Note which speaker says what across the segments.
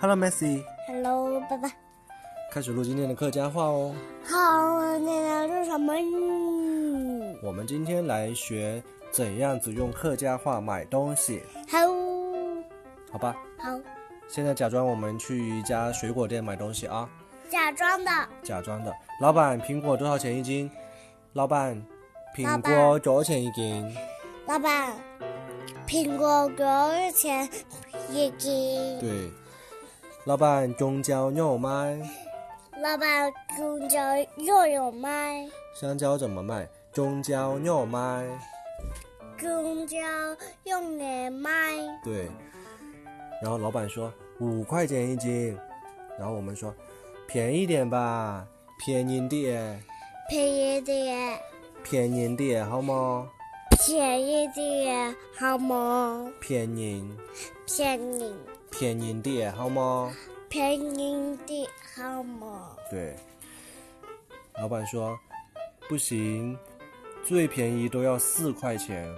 Speaker 1: Hello Messi，
Speaker 2: Hello，爸爸。
Speaker 1: 开始录今天的客家话哦。
Speaker 2: 好，我们在聊什么？嗯
Speaker 1: 我们今天来学怎样子用客家话买东西，
Speaker 2: 好，
Speaker 1: 好吧？
Speaker 2: 好，
Speaker 1: 现在假装我们去一家水果店买东西啊，
Speaker 2: 假装的。
Speaker 1: 假装的。老板，苹果多少钱一斤？老板，苹
Speaker 2: 老
Speaker 1: 果
Speaker 2: 板
Speaker 1: 多少钱一斤？
Speaker 2: 老板，苹果多少钱一斤？
Speaker 1: 对。老板，中蕉你有卖？
Speaker 2: 老板，中蕉又有卖，
Speaker 1: 香蕉怎么卖？中蕉你有卖？
Speaker 2: 中蕉用来卖，
Speaker 1: 对。然后老板说五块钱一斤，然后我们说便宜点吧，便宜点，
Speaker 2: 便宜点，
Speaker 1: 便宜点好吗？
Speaker 2: 便宜点好吗？
Speaker 1: 便宜，
Speaker 2: 便宜，
Speaker 1: 便宜点好吗？
Speaker 2: 便宜点好吗？
Speaker 1: 对。老板说不行，最便宜都要四块钱。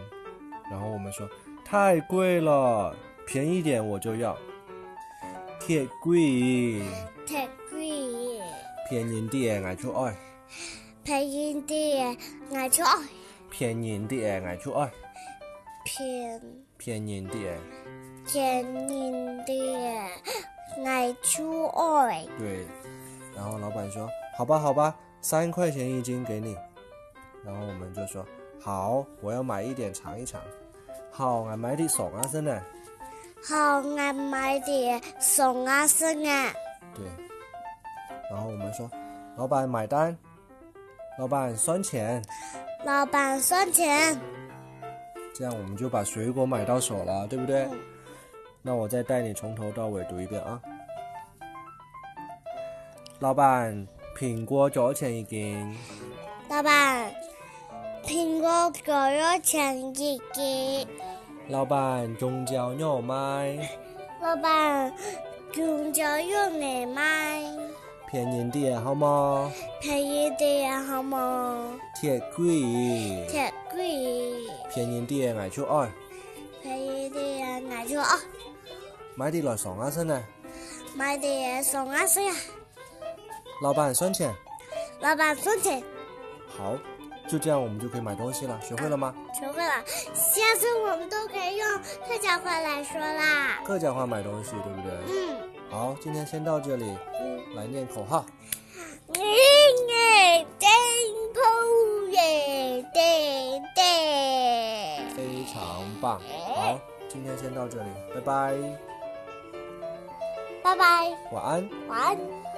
Speaker 1: 然后我们说太贵了，便宜点我就要。太贵，
Speaker 2: 太贵，
Speaker 1: 便宜点俺就爱，
Speaker 2: 便宜点俺就爱
Speaker 1: 便宜点俺就爱。
Speaker 2: 便。
Speaker 1: 便宜点，
Speaker 2: 甜甜的爱出爱，
Speaker 1: 对。然后老板说：“好吧，好吧，三块钱一斤给你。”然后我们就说：“好，我要买一点尝一尝。”好，俺买的爽啊，真的。
Speaker 2: 好爱买的送阿生啊！
Speaker 1: 对。然后我们说：“老板买单，老板算钱。
Speaker 2: 老板算钱，”
Speaker 1: 这样我们就把水果买到手了，对不对？那我再带你从头到尾读一遍啊。老板，苹果多少钱一斤？
Speaker 2: 老板，苹果多少钱一斤？
Speaker 1: 老板，中蕉你有卖？
Speaker 2: 老板，香蕉用来买，
Speaker 1: 便宜点好吗？
Speaker 2: 便宜点好吗？
Speaker 1: 太贵，
Speaker 2: 太贵，
Speaker 1: 便宜点俺就爱，
Speaker 2: 便宜点俺就哦，
Speaker 1: 买点来爽啊真的。
Speaker 2: 买的送阿生啊！
Speaker 1: 老板算钱，
Speaker 2: 老板算钱。
Speaker 1: 好，就这样我们就可以买东西了，学会了吗？
Speaker 2: 学会了，下次我们都可以用客家话来说啦。
Speaker 1: 客家话买东西，对不对？
Speaker 2: 嗯
Speaker 1: 好，今天先到这里，
Speaker 2: 嗯，
Speaker 1: 来念口号。
Speaker 2: 你眼睛铺也对对。
Speaker 1: 非常棒。好，今天先到这里，拜拜，
Speaker 2: 拜拜，
Speaker 1: 晚安。
Speaker 2: 晚安。